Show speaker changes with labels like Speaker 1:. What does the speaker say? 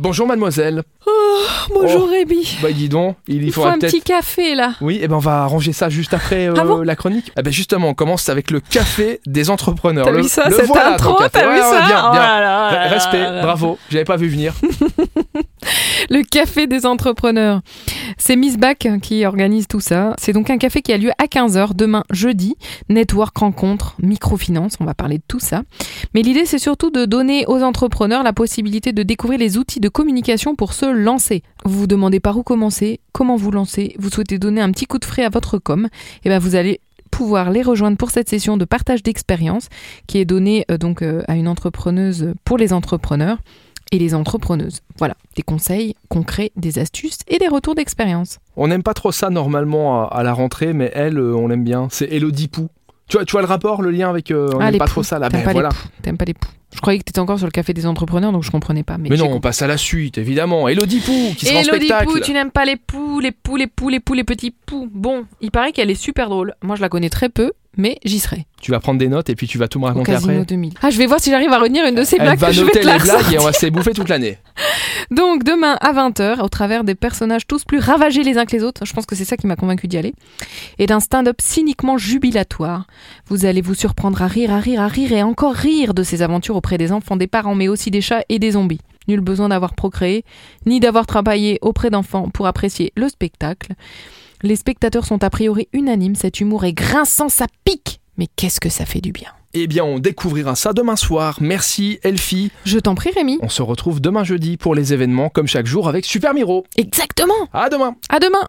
Speaker 1: Bonjour mademoiselle.
Speaker 2: Bonjour Rémi.
Speaker 1: Bah dis donc, il y
Speaker 2: Il faut
Speaker 1: faudra
Speaker 2: un
Speaker 1: peut-être...
Speaker 2: petit café là.
Speaker 1: Oui, et ben on va arranger ça juste après euh,
Speaker 2: Ah bon
Speaker 1: la chronique. Ah ben justement, on commence avec le café des entrepreneurs.
Speaker 2: T'as
Speaker 1: le,
Speaker 2: vu ça,
Speaker 1: le
Speaker 2: cette
Speaker 1: voilà, ton
Speaker 2: intro
Speaker 1: café.
Speaker 2: T'as
Speaker 1: Ouais,
Speaker 2: vu
Speaker 1: ouais,
Speaker 2: ça
Speaker 1: Bien,
Speaker 2: Oh
Speaker 1: bien.
Speaker 2: là là là là
Speaker 1: Respect,
Speaker 2: là là.
Speaker 1: bravo, j'avais pas vu venir.
Speaker 2: Le café des entrepreneurs. C'est Miss Back qui organise tout ça. C'est donc un café qui a lieu à 15h demain jeudi. Network, rencontre, microfinance, on va parler de tout ça. Mais l'idée c'est surtout de donner aux entrepreneurs la possibilité de découvrir les outils de communication pour se lancer. Vous vous demandez par où commencer, comment vous lancer, vous souhaitez donner un petit coup de frais à votre com, et ben vous allez pouvoir les rejoindre pour cette session de partage d'expérience qui est donnée euh, donc euh, à une entrepreneuse pour les entrepreneurs et les entrepreneuses. Voilà, des conseils concrets, des astuces et des retours d'expérience.
Speaker 1: On n'aime pas trop ça normalement à, à la rentrée, mais elle, euh, on l'aime bien. C'est Elodie Pou. Tu vois, tu vois le rapport, le lien avec... euh, on
Speaker 2: Ah,
Speaker 1: n'aime
Speaker 2: les
Speaker 1: pas
Speaker 2: poux.
Speaker 1: trop ça là.
Speaker 2: T'aimes
Speaker 1: Ben,
Speaker 2: pas, les
Speaker 1: voilà.
Speaker 2: poux, t'aimes pas les poux. Je croyais que t'étais encore sur le café des entrepreneurs, donc je comprenais pas. Mais,
Speaker 1: Mais
Speaker 2: j'ai
Speaker 1: non, on
Speaker 2: compris.
Speaker 1: passe à la suite, évidemment. Elodie Pou, qui sera en
Speaker 2: Élodie
Speaker 1: spectacle.
Speaker 2: Pou, tu n'aimes pas les poux, les poux, les poux, les poux, les petits poux. Bon, il paraît qu'elle est super drôle. Moi, je la connais très peu, mais j'y serai.
Speaker 1: Tu vas prendre des notes et puis tu vas tout me
Speaker 2: Au
Speaker 1: raconter
Speaker 2: Casino
Speaker 1: après.
Speaker 2: 2000. Ah, je vais voir si j'arrive à retenir une de ces
Speaker 1: Elle
Speaker 2: blagues
Speaker 1: va
Speaker 2: que je vais te
Speaker 1: noter
Speaker 2: la
Speaker 1: les blagues et
Speaker 2: ressortir.
Speaker 1: on va se les bouffer toute l'année.
Speaker 2: Donc demain à 20h, au travers des personnages tous plus ravagés les uns que les autres, je pense que c'est ça qui m'a convaincu d'y aller, et d'un stand-up cyniquement jubilatoire, vous allez vous surprendre à rire, à rire, à rire et encore rire de ces aventures auprès des enfants, des parents, mais aussi des chats et des zombies. Nul besoin d'avoir procréé, ni d'avoir travaillé auprès d'enfants pour apprécier le spectacle. Les spectateurs sont a priori unanimes, cet humour est grinçant, ça pique, mais qu'est-ce que ça fait du bien.
Speaker 1: Eh bien, on découvrira ça demain soir. Merci, Elfie.
Speaker 2: Je t'en prie Rémi.
Speaker 1: On se retrouve demain jeudi pour les événements, comme chaque jour, avec Super Miro.
Speaker 2: Exactement.
Speaker 1: À demain!
Speaker 2: À demain.